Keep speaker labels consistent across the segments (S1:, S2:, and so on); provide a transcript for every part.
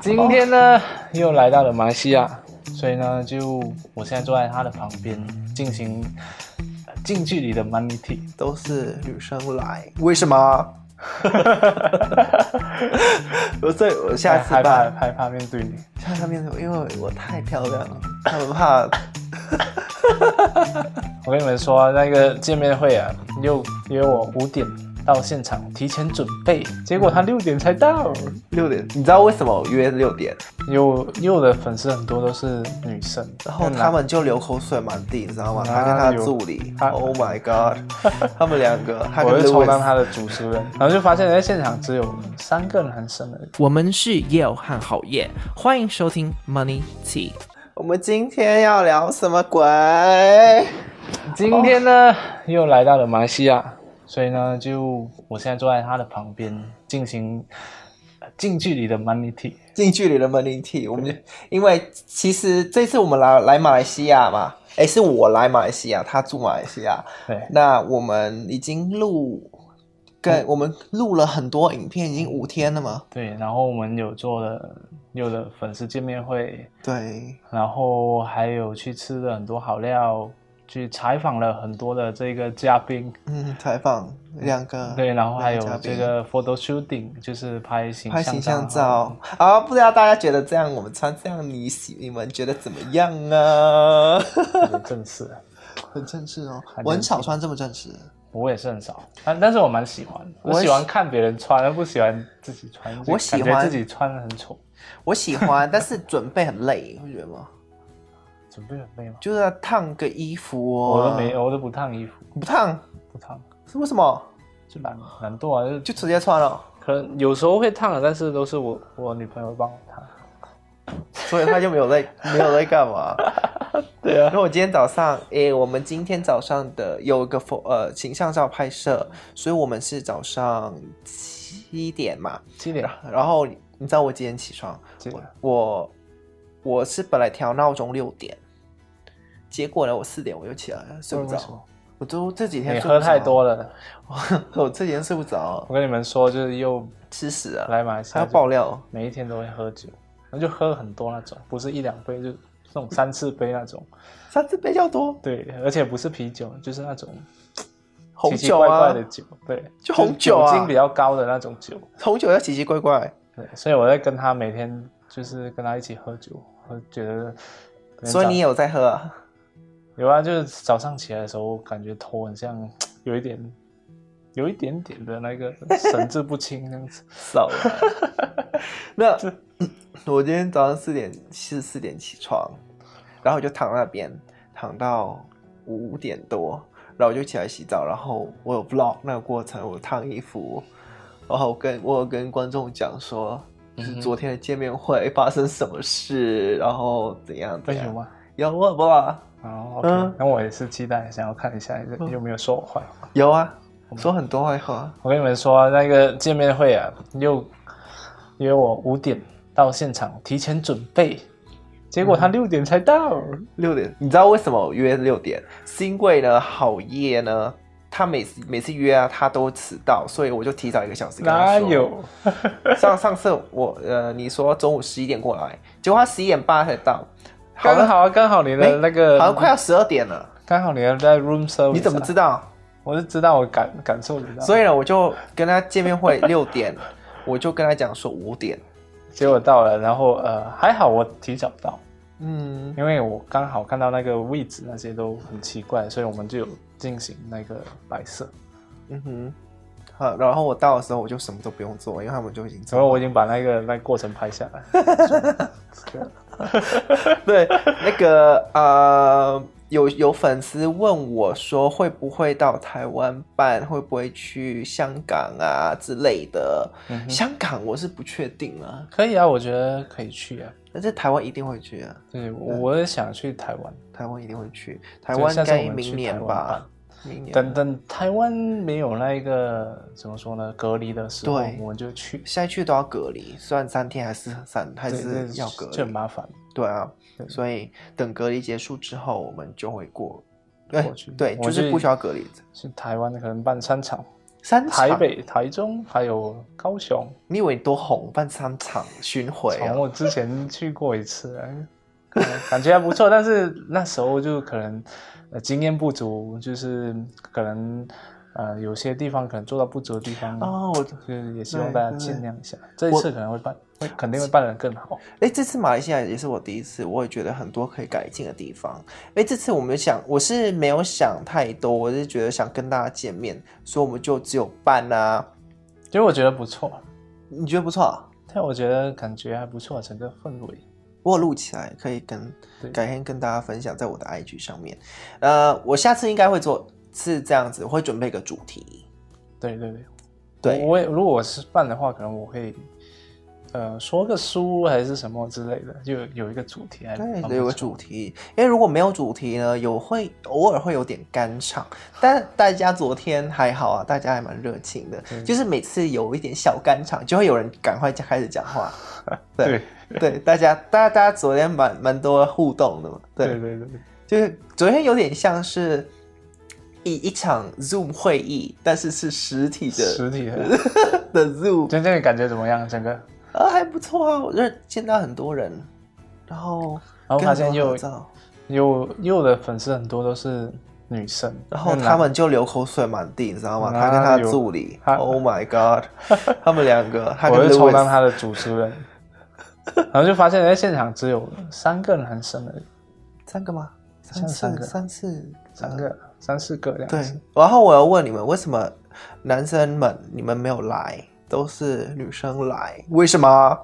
S1: 今天呢，又来到了马来西亚，所以呢，就我现在坐在他的旁边进行呃近距离的 money tea。
S2: 都是女生来，为什么？我最我下次
S1: 害怕
S2: 吧，
S1: 害怕面对你，
S2: 下次面试，因为我太漂亮了，他们怕。
S1: 我跟你们说，那个见面会啊，又约我五点到现场提前准备，结果他六点才到。
S2: 六点，你知道为什么我约六点？
S1: 有有的粉丝很多都是女生，
S2: 然后他们就流口水满地，你知道吗？他跟他助理
S1: 他
S2: ，Oh my god，他们两个，他
S1: 我
S2: 跟
S1: 就充当
S2: Louis，
S1: 他的主持人，然后就发现在现场只有三个男生而已。
S3: 我们是叶尔和好夜，欢迎收听 Money Tea。
S2: 我们今天要聊什么鬼？
S1: 今天呢，又来到了马来西亚，所以呢，就我现在坐在他的旁边进行呃近距离的 money tea。
S2: 近距离的 money tea，我们就因为其实这次我们来来马来西亚嘛，诶，是我来马来西亚，他住马来西亚，
S1: 对，
S2: 那我们已经录，
S1: 嗯
S2: 跟我们录了很多影片，已经五天了嘛。
S1: 对，然后我们有做了有的粉丝见面会，
S2: 对，
S1: 然后还有去吃了很多好料，去采访了很多的这个嘉宾，
S2: 嗯，采访两个，
S1: 对，然后还有
S2: 两嗯嘉
S1: 这
S2: 宾
S1: 个 photo shooting，就是拍形
S2: 拍
S1: 象
S2: 形象。照啊，不知道大家觉得这样我们穿这样，你喜你们觉得怎么样啊？
S1: 很正式，
S2: 很正式哦
S1: 很，
S2: 我很少穿这么 正式。
S1: 我也是很少，啊但但是我蛮喜欢，我
S2: 我
S1: 喜
S2: 喜
S1: 欢看别人穿，而不喜欢自己穿。就
S2: 我喜
S1: 感觉
S2: 欢
S1: 自己穿的很丑，
S2: 我喜欢，但是准备很累，你会觉得吗？
S1: 准备很累吗？
S2: 就是要烫个衣服哦，
S1: 我都没，我都不烫衣服，
S2: 不烫，
S1: 不烫，
S2: 是为什么？
S1: 就懒懒惰啊，就
S2: 就直接穿了，
S1: 可能有时候会烫啊，但是都是我我女朋友帮我烫。
S2: 所以他就 没有在没有在干嘛。
S1: 对啊
S2: 然，后我今天早上，诶，我们今天早上的有一个 pho- 呃形象照拍摄，所以我们是早上七点嘛。
S1: 七点
S2: 然后你知道我几点起床？
S1: 几点？
S2: 啊我我是本来调闹钟六点，结果呢，我四点我就起来了，睡不
S1: 为什
S2: 着
S1: 么。
S2: 我都这几天
S1: 你
S2: 睡不着
S1: 喝太，多了，
S2: 我这几天睡不着，
S1: 我跟你们说，就是又
S2: 吃屎了，
S1: 来马来西
S2: 还
S1: 亚
S2: 要
S1: 就
S2: 爆料。
S1: 每一天都会喝酒，然后就喝很多那种，不是一两杯，就那种三四杯那种。
S2: 三次比较多，
S1: 对，而且不是啤酒，就是那种
S2: 红
S1: 奇奇
S2: 酒
S1: 怪
S2: 啊
S1: 怪，的酒，对，
S2: 就红酒啊
S1: 酒精比较高的那种酒。
S2: 红酒要奇奇怪怪。
S1: 对，所以我在跟他每天就是跟他一起喝酒，我觉得。
S2: 所以你
S1: 有
S2: 有在喝啊？
S1: 有啊，就是早上起来的时候，感觉头很像有一点，有一点点的那个神志不清那样子。
S2: 少了。 那嗯我今天早上四点四四点起床，然后我就躺那边躺到五点多，然后我就起来洗澡，然后我有 vlog 那个过程，我烫衣服，然后我跟我有跟观众讲说，就是
S1: 嗯哼
S2: 昨天的见面会发生什么事，然后怎样
S1: 为
S2: 怎
S1: 什
S2: 样，
S1: 么？
S2: 有啊不啊
S1: 哦，OK，
S2: 嗯
S1: 那我也是期待，想要看一下有有没有说我坏。
S2: 有啊，说很多会喝，啊
S1: 我跟你们说，那个见面会啊，又约我五点到现场提前准备，结果他
S2: 嗯
S1: 六点才到。
S2: 六点，你知道为什么我约六点？是因为呢，好夜呢，他每次每次约啊，他都迟到，所以我就提早一个小时跟
S1: 哪
S2: 他说。
S1: 有？
S2: 上上次我呃，你说中午十一点过来，结果他十一点八才到，好
S1: 刚
S2: 了，
S1: 好啊，刚好你
S2: 没
S1: 的那个，
S2: 好像快要十二点了，
S1: 刚好你的在 room service，、啊
S2: 你怎么知？道？
S1: 我是知道，我感感受得到。
S2: 所
S1: 以
S2: 以呢，我就跟他见面会 六点，我就跟他讲说五点，
S1: 结果到了，然后呃，还好我提早到，
S2: 嗯，
S1: 因为我刚好看到那个位置那些都很奇怪，所以我们就有进行那个摆设。
S2: 嗯哼。好，然后我到的时候我就什么都不用做，因为他们就已经走
S1: 然后我已经把那个那个过程拍下来。
S2: 对，那个呃，有有粉丝问我说，会不会到台湾办，会不会去香港啊之类的？
S1: 嗯哼
S2: 香港我是不确定啊，
S1: 可以啊，我觉得可以去啊。
S2: 但是台湾一定会去啊，
S1: 对，我也想去台 湾。
S2: 台湾一定会去，台
S1: 就
S2: 湾
S1: 下
S2: 应
S1: 次我
S2: 该
S1: 们去
S2: 明年
S1: 台湾
S2: 吧，明年
S1: 等等，台湾没有那个怎么说呢？隔离的时候，
S2: 对
S1: 我们就去，
S2: 现在去都要隔离，虽然三天还是三还是要隔
S1: 就很
S2: 离，
S1: 麻烦。
S2: 对啊
S1: 对，
S2: 所以等隔离结束之后，我们就会过，对
S1: 过去
S2: 哎对，
S1: 我
S2: 就是
S1: 去
S2: 不需要隔离，
S1: 去台湾可能办三场，
S2: 三场，
S1: 台北、台中还有高雄。
S2: 你以为多红办三场巡回啊
S1: 从？我之前去过一次，哎感觉还不错，但是那时候就可能、呃、经验不足，就是可能呃有些地方可能做到不足的地方，
S2: 哦，我
S1: 就是也希
S2: 对
S1: 望大家
S2: 对
S1: 见谅一下。这一次可能会办，会肯定会办得更好。
S2: 哎，这次马来西亚也是我第一次，我也觉得很多可以改进的地方。哎，这次我们想，我是没有想太多，我是觉得想跟大家见面，所以我们就只有办啊。
S1: 其实我觉得不错，
S2: 你觉得不错、啊？
S1: 但我觉得感觉还不错，整个氛围。
S2: 我有录起来，可以跟
S1: 对
S2: 改天跟大家分享在我的 IG 上面。呃，我下次应该会做是这样子，我会准备一个主题。
S1: 对对对，
S2: 对，
S1: 我我也如果我是办的话，可能我会呃说个书还是什么之类的，就有有一个主题还蛮
S2: 对，
S1: 不
S2: 得有个
S1: 哦错
S2: 主题，因为如果没有主题呢，有会偶尔会有点干场，但大家昨天还好啊，大家还蛮热情的，
S1: 嗯
S2: 就是每次有一点小干场，就会有人赶快就开始讲话，
S1: 对
S2: 对，大家大家大家昨天蛮蛮多互动的嘛，对，
S1: 对对对，
S2: 就是昨天有点像是一一场 Zoom 会议，但是是实体的
S1: 实体的。
S2: 的 Zoom，
S1: 真正的感觉怎么样？整个，
S2: 啊还不错啊，我认见到很多人，然后
S1: 然后
S2: 跟
S1: 发
S2: 很多
S1: 现
S2: 人合
S1: 又
S2: 照
S1: 又又的粉丝很多都是女生，
S2: 然后
S1: 那
S2: 他
S1: 男
S2: 们就流口水满地，你知道吗？
S1: 哪
S2: 他跟他的助理
S1: 有啊他
S2: ，Oh my God，他 们两 个，他
S1: 我
S2: 跟
S1: 就充
S2: Louis，
S1: 当他的主持 人，然后就发现在哎现场只有三个男生而已，
S2: 三个吗？三
S1: 像三
S2: 次，
S1: 个
S2: 三次，
S1: 三个、三四个这样
S2: 对
S1: 子。。
S2: 然后我要问你们，为什么男生们你们没有来，都是女生来？为 什么？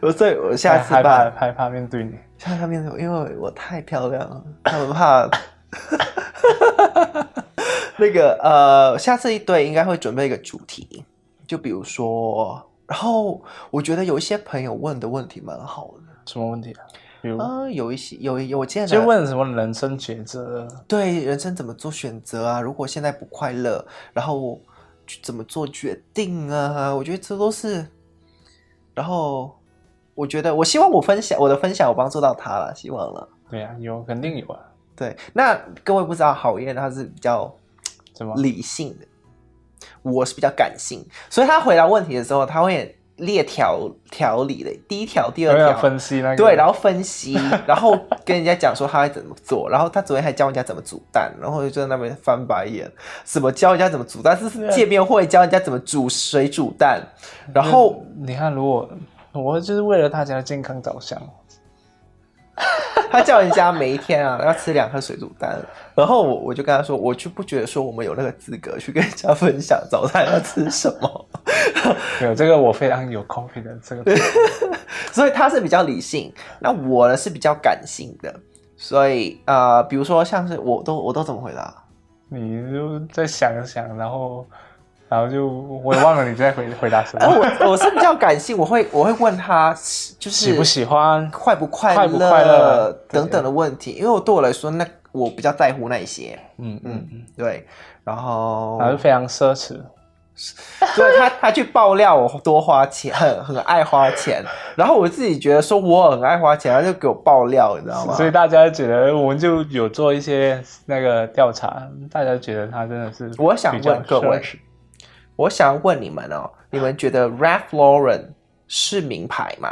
S2: 我所以，我下次
S1: 哎害怕
S2: 办，
S1: 害怕面对你，
S2: 下次办面子，因为我太漂亮了，他们怕。 那个呃，下次一对应该会准备一个主题，就比如说，然后我觉得有一些朋友问的问题蛮好的，
S1: 什么问题啊？比如、
S2: 啊、有一些有有我见
S1: 就
S2: 了
S1: 问什么人生抉择，
S2: 对人生怎么做选择啊？如果现在不快乐，然后去怎么做决定啊？我觉得这都是，然后我觉得我希望我分享我的分享，我帮助到他了，希望了。
S1: 对啊，有肯定有啊，
S2: 对，那各位不知道，郝燕她是比较
S1: 怎么？
S2: 理性的，我是比较感性，所以他回答问题的时候，他会列条条理的，第一条、第
S1: 有
S2: 二
S1: 没有
S2: 条，
S1: 分析那个？
S2: 对，然后分析， 然后跟人家讲说他会怎么做，然后他昨天还教人家怎么煮蛋，然后我就在那边翻白眼，什么教人家怎么煮蛋，是
S1: 啊
S2: 见面会教人家怎么煮水煮蛋，然后
S1: 你看，如果我就是为了大家的健康着想，
S2: 他叫人家每一天啊要 吃两颗水煮蛋，然后我我就跟他说，我就不觉得说我们有那个资格去跟人家分享早餐要吃什么，
S1: 没有这个我非常有 confidence 这个。
S2: 所以他是比较理性，那我呢是比较感性的，所以呃，比如说像是我都我都怎么回答？
S1: 你就再想想，然后，然后就我也忘了你在回回答什
S2: 哎，
S1: 么，
S2: 我我是比较感性，我会我会问他是就是
S1: 喜不喜欢？
S2: 快不快乐
S1: 快不快乐对
S2: 等等的问题，因为我对我来说，那我比较在乎那一些，
S1: 嗯嗯，
S2: 嗯，对。然后，
S1: 然后就非常奢侈，
S2: 所以他他去爆料我多花钱，很很爱花 钱，然后我自己觉得说我很爱花钱，他就给我爆料，你知道吗？
S1: 所以大家觉得我们就有做一些那个调查，大家觉得他真的是
S2: 我想
S1: 比较
S2: 问各位
S1: 奢侈
S2: 我想问你们哦，你们觉得 Ralph Lauren 是名 牌吗？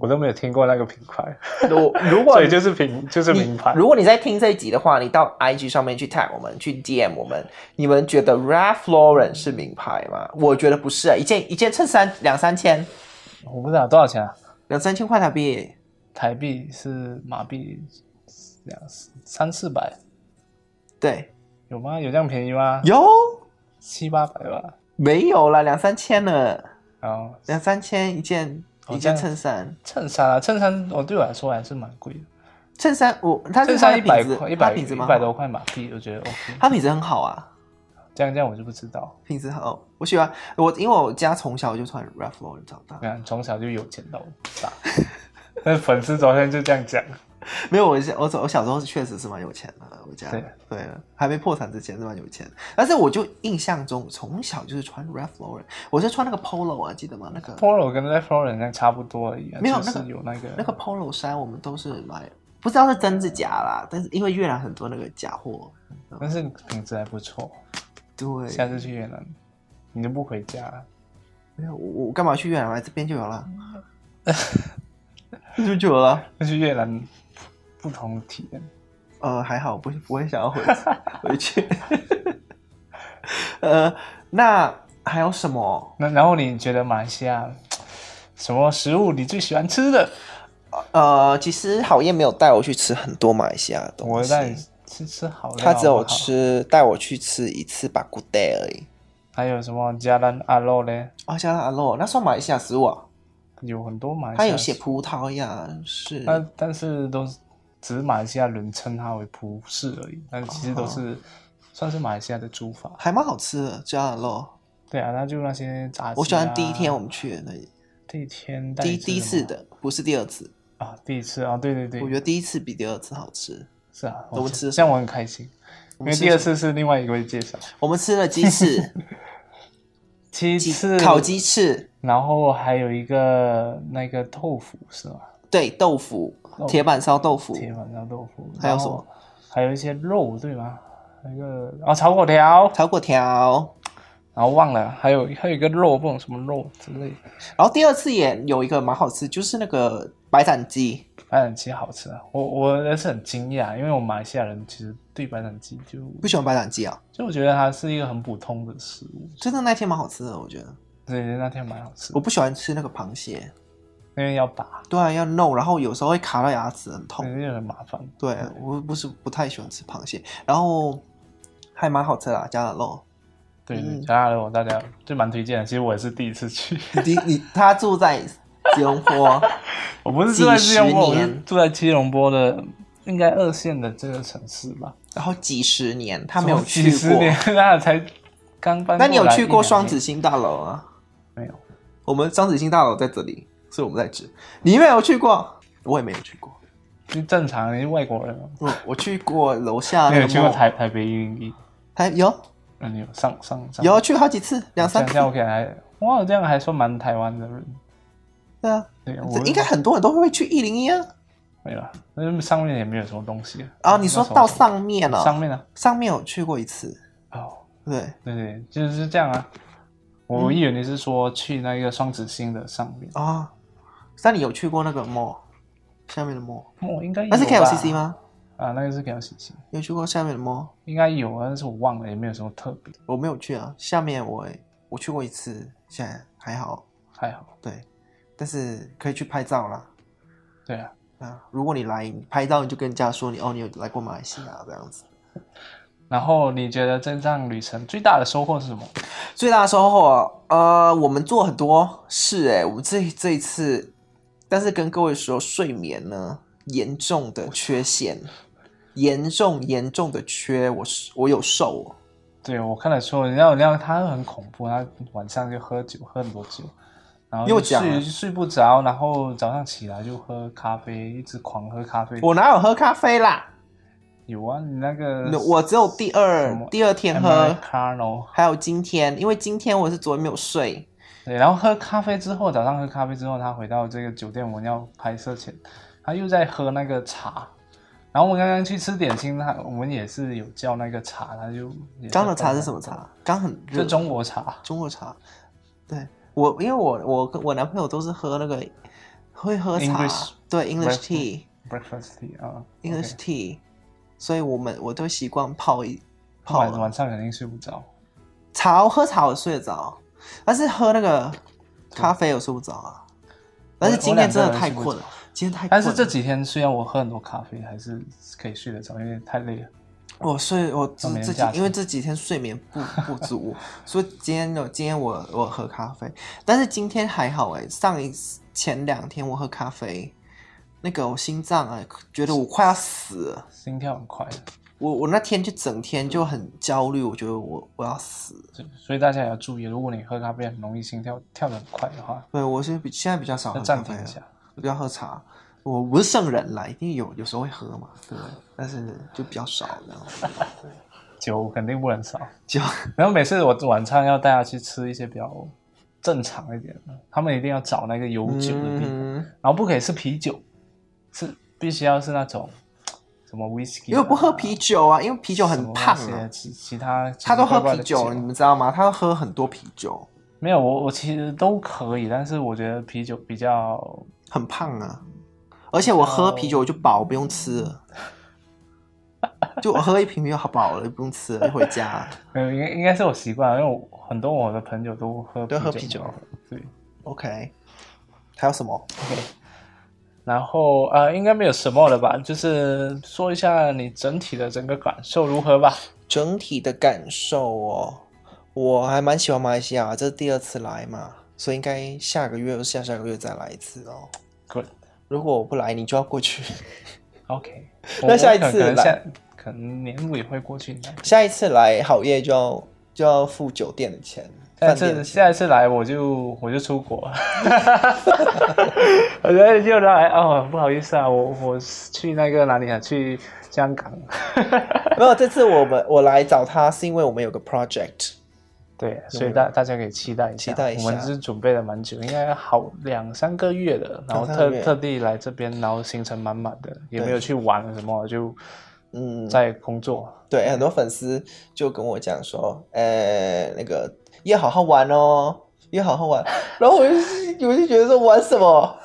S1: 我都没有听过那个品牌，
S2: 如如果
S1: 所以就是品就是
S2: 你
S1: 名牌。
S2: 如果你在听这一集的话，你到 IG 上面去 tag 我们，去 DM 我们，你们觉得 Ralph Lauren 是名牌吗？我觉得不是、啊，一件一件衬衫两三千，
S1: 我不知道多少钱啊，
S2: 两三千块台币，
S1: 台币是马币两三四百，
S2: 对，
S1: 有吗？有这样便宜吗？
S2: 有
S1: 七八百吧。
S2: 没有啦？两三千呢？
S1: 然后
S2: 两三千一件
S1: 哦
S2: 一件
S1: 这样
S2: 衬衫，
S1: 衬衫啊，衬衫我对我来说还是蛮贵的。
S2: 衬衫我它
S1: 衬
S2: 是它
S1: 衫
S2: 的
S1: 一百
S2: 品质
S1: 块，一，
S2: 它
S1: 百一
S2: 品质蛮
S1: 百多
S2: 好，
S1: 块马币，我觉得 OK。
S2: 它品质很好啊。
S1: 这样这样我就不知道，
S2: 品质好，我喜欢我，因为我家从小就穿 Ralph Lauren 长大
S1: 你，看从小就有钱到大。 那粉丝昨天就这样讲，
S2: 没有，我小我小我小时候确实是蛮有钱的，我家
S1: 对
S2: 对还没破产之前是蛮有钱的，但是我就印象中从小就是穿 Ralph Lauren，我是穿那个 Polo 啊，记得吗？那个
S1: Polo 跟 Ralph Lauren 那差不多而已、啊，
S2: 没有
S1: 就
S2: 那
S1: 是
S2: 个
S1: 有那个
S2: 那个 Polo 衫，我们都是买不知道是真是假啦，但是因为越南很多那个假货，
S1: 但是品质还不错。
S2: 对，
S1: 下次去越南，你就不回家了。
S2: 没有我我干嘛去越南来这边就有 了，这边就有了。
S1: 那去越南不不同的体验。
S2: 呃，还好，不不会想要回 回去。 呃，那还有什么？
S1: 那然后你觉得马来西亚什么食物你最喜欢吃的？
S2: 呃，其实好燕没有带我去吃很多马来西亚的东西，
S1: 我带你吃吃好料，
S2: 他只
S1: 好不
S2: 有
S1: 好。
S2: 吃带我去吃一次巴古代而已。
S1: 还有什么加兰阿肉嘞？
S2: 哦，加拿大肉那算马来西亚食物啊？
S1: 有很多马来西亚。
S2: 他有写葡萄牙是
S1: 但但是都是只是马来西亚人称它为葡式而已，但其实都是、
S2: 哦
S1: 算是马来西亚的煮法。
S2: 还蛮好吃的加拿大肉。
S1: 对啊，那就那些炸鸡、啊。
S2: 我喜欢第一天我们去的那里，
S1: 第一天带
S2: 第一
S1: 你吃
S2: 第一
S1: 什
S2: 次
S1: 么
S2: 的，不是第二次。
S1: 啊，第一次啊，对对对，
S2: 我觉得第一次比第二次好吃。
S1: 是啊，
S2: 我们吃
S1: 这样我很开心，因
S2: 我们
S1: 为
S2: 吃
S1: 第二次是另外一位介绍，
S2: 我们吃了鸡翅、
S1: 其
S2: 鸡
S1: 次
S2: 烤，鸡翅，
S1: 然后还有一个那个豆腐是吗？
S2: 对，豆腐
S1: 豆，腐
S2: 铁板烧豆腐，
S1: 铁板烧豆腐，
S2: 还有什么
S1: 然后？还有一些肉对吗？还有一个啊、炒粿条，
S2: 炒粿条。
S1: 然后忘了，还有还有一个肉，不懂什么肉之类的，
S2: 然后第二次也有一个蛮好吃，就是那个白斩鸡。
S1: 白斩鸡好吃啊！我我也是很惊讶，因为我们马来西亚人其实对白斩鸡就
S2: 不喜欢白斩鸡啊？
S1: 就我觉得它是一个很普通的食物，
S2: 真的那天蛮好吃的，我觉得。
S1: 所以那天蛮好吃
S2: 我
S1: 的，
S2: 不喜欢吃那个螃蟹，
S1: 因为要拔，
S2: 对啊，要弄，然后有时候会卡到牙齿，很痛
S1: 所。以就很麻烦。
S2: 对，我不是不太喜欢吃螃蟹，然后还蛮好吃的、啊，加了肉。
S1: 对对，
S2: 嗯
S1: 加拿大我大家就蛮推荐的。其实我也是第一次去，
S2: 你你他住在吉隆坡，
S1: 我不是住在吉隆坡，
S2: 几
S1: 我是
S2: 十年
S1: 住在吉隆坡的应该二线的这个城市吧。
S2: 然后几十年他没有去
S1: 几十
S2: 过。
S1: 年，那才刚搬过来一两年。
S2: 那你有去过双子星大楼啊？
S1: 没有？
S2: 我们双子星大楼在这里，所以我们在这。你没有去过，我也没有去过。
S1: 就正常，你是外国人嘛，
S2: 我我去过楼下
S1: 你
S2: 啊那
S1: 有
S2: 个
S1: 去过
S2: mall
S1: 台台北一零一？
S2: 还有
S1: 那你有上上上？
S2: 有去好几次，两三
S1: 这
S2: 次
S1: 样。OK 还哇，这样还算蛮台湾的人。
S2: 对啊，
S1: 对，
S2: 这
S1: 我
S2: 应该很多人都会去一零一啊。
S1: 没了，那上面也没有什么东西
S2: 啊，你说
S1: 嗯那时候
S2: 到上面了、
S1: 上面呢？
S2: 上面有去过一次，
S1: 哦，
S2: 对，
S1: 对对，就是这样啊。
S2: 嗯
S1: 我以为你是说去那个双子星的上面，
S2: 啊，那你有去过那个 mall 下面的 mall？
S1: 我、哦应该嗯有
S2: 那是
S1: 吧
S2: KLCC？吗？
S1: 啊，那个是 KLCC，
S2: 有去过下面的 mall？
S1: 应该有啊，但是我忘了，也没有什么特别，
S2: 我没有去啊，下面我我去过一次，现在还好，
S1: 还好。
S2: 对，但是可以去拍照啦。
S1: 对啊，
S2: 啊，如果你来你拍照，你就跟人家说你哦，你有来过马来西亚这样子。
S1: 然后你觉得这趟旅程最大的收获是什么？
S2: 最大的收获啊，呃，我们做很多事哎、我们这这一次，但是跟各位说，睡眠呢严重的缺陷，严重严重的缺，我是我有瘦哦，
S1: 对我看得出，人家有那样他很恐怖，他晚上就喝酒，喝很多酒，然后
S2: 又
S1: 就
S2: 讲
S1: 睡
S2: 了
S1: 睡不着，然后早上起来就喝咖啡，一直狂喝咖啡。
S2: 我哪有喝咖啡啦？
S1: 有啊，你那个
S2: 我只有第
S1: 什
S2: 二
S1: 么
S2: 第二天喝，
S1: Americano，
S2: 还有今天，因为今天我是昨天没有睡，
S1: 对，然后喝咖啡之后，早上喝咖啡之后，他回到这个酒店，我们要拍摄前，他又在喝那个茶。然后我们刚刚去吃点心，他我们也是有叫那个茶，他就也在
S2: 刚的茶是
S1: 喝
S2: 什么茶？刚很热
S1: 就，中国茶，
S2: 中国茶。对我，因为我我跟我男朋友都是喝那个会喝茶
S1: English
S2: 对 English
S1: breakfast
S2: tea。
S1: breakfast tea 啊
S2: English
S1: ，OK
S2: tea，所以我们我都习惯泡一泡
S1: 晚晚上肯定睡不着。
S2: 茶，我喝茶我睡得着，但是喝那个咖啡我睡不着啊。但是今天真的太
S1: 我
S2: 困
S1: 两个人睡不
S2: 了
S1: 着，
S2: 今天太困
S1: 但
S2: 了。
S1: 是这几天虽然我喝很多咖啡，还是可以睡得着，因为太累了。
S2: 我睡哦我这
S1: 都没人
S2: 这几
S1: 架
S2: 因为这几天睡眠不 不足，所以今天有今天我我喝咖啡，但是今天还好哎、上一次前两天我喝咖啡，那个我心脏啊觉得我快要死了，
S1: 心跳很快，
S2: 我我那天就整天就很焦虑，我觉得我我要死了。
S1: 所以所以大家也要注意，如果你喝咖啡很容易心跳跳得很快的话，
S2: 对，我是比现在比较少喝
S1: 要
S2: 哦咖
S1: 暂
S2: 啡
S1: 停
S2: 啊
S1: 一
S2: 了，
S1: 下。
S2: 我比较喝茶。我不是圣人啦，一定有有时候会喝嘛，对不对？但是就比较少这样子。
S1: 酒肯定不能少。
S2: 就
S1: 然后每次我晚餐要带他去吃一些比较正常一点的，他们一定要找那个有酒的地方，
S2: 嗯，
S1: 然后不可以是啤酒，是必须要是那种什么 whisky，
S2: 因为我不喝啤酒啊，因为啤
S1: 啤
S2: 酒很胖
S1: 些
S2: 啊。
S1: 其其他奇
S2: 他
S1: 奇
S2: 都
S1: 怪
S2: 喝
S1: 怪
S2: 啤
S1: 的
S2: 酒，你们知道吗？他喝很多啤酒，
S1: 没有我我其实都可以，但是我觉得啤酒比较
S2: 很胖啊。而且我喝啤酒我就饱，不用吃了，就我喝一瓶就好饱了，就不用吃了，就回家。
S1: 没有应该应该是我习惯了，因为我很多我的朋友都喝
S2: 都喝啤
S1: 啤
S2: 酒
S1: 嘛对。
S2: OK，还有什么？
S1: 然后呃，应该没有什么了吧？就是说一下你整体的整个感受如何吧。
S2: 整体的感受哦，我还蛮喜欢马来西亚，这是第二次来嘛，所以应该下个月或下下个月再来一次哦。
S1: Good，OK、
S2: 如果我不来，你就要过去。
S1: OK
S2: 那
S1: 我
S2: 下一
S1: 我可
S2: 次
S1: 可能
S2: 来
S1: 下可能年尾会过去应该。
S2: 下一次来好夜就要就要付酒店的钱，
S1: 下一
S2: 饭店哎的
S1: 次
S2: 钱。
S1: 下一次来我就我就出 国，我觉得就来哦，不好意思啊，我我去那个哪里啊，去香港。
S2: 没有，这次我们我来找他是因为我们有个 project，
S1: 对，所以大大家可以期待一下，
S2: 期待一下
S1: 我们是准备了蛮久，应该好两三个月的，然后
S2: 两三
S1: 特
S2: 个月
S1: 特地来这边，然后行程满满的，也
S2: 对
S1: 没有去玩什么，就
S2: 嗯，
S1: 在工作。
S2: 对，很多粉丝就跟我讲说，呃，那个要好好玩哦，要 好好玩。然后我就我就觉得说玩什么，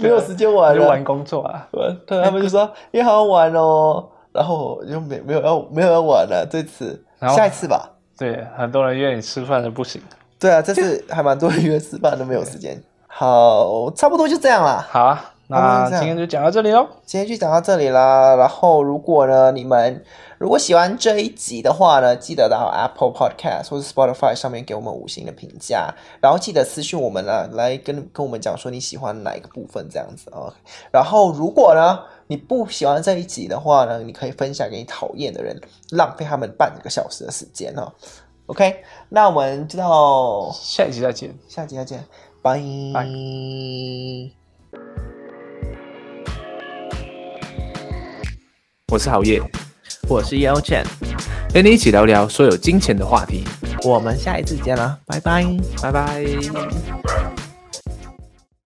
S2: 没有时间玩
S1: 就
S2: 了，
S1: 玩工作啊，
S2: 玩，对他们就说也好好玩哦，然后我就没没有要没有要玩了，这次
S1: 然后
S2: 下一次吧。
S1: 对，很多人约你吃饭都不行。
S2: 对啊，这次还蛮多人约吃饭都没有时间。好，差不多就这样啦，
S1: 好啊，
S2: 好
S1: 那
S2: 那这样
S1: 今天就讲到这里喽。
S2: 今天就讲到这里啦。然后如果呢你们如果喜欢这一集的话呢，记得到 Apple Podcast 或是 Spotify 上面给我们五星的评价，然后记得私信我们啊，来跟跟我们讲说你喜欢哪一个部分这样子啊。然后如果呢你不喜欢这一集的话呢，你可以分享给你讨厌的人，浪费他们半个小时的时间哦。OK，那我们就到
S1: 下一集再见。
S2: 下集再见，拜
S1: 拜
S3: 我是郝烨，我是 Yao Chen，陪你一起聊聊所有金钱的话题。
S2: 我们下一次见啦，拜拜。
S3: 拜拜。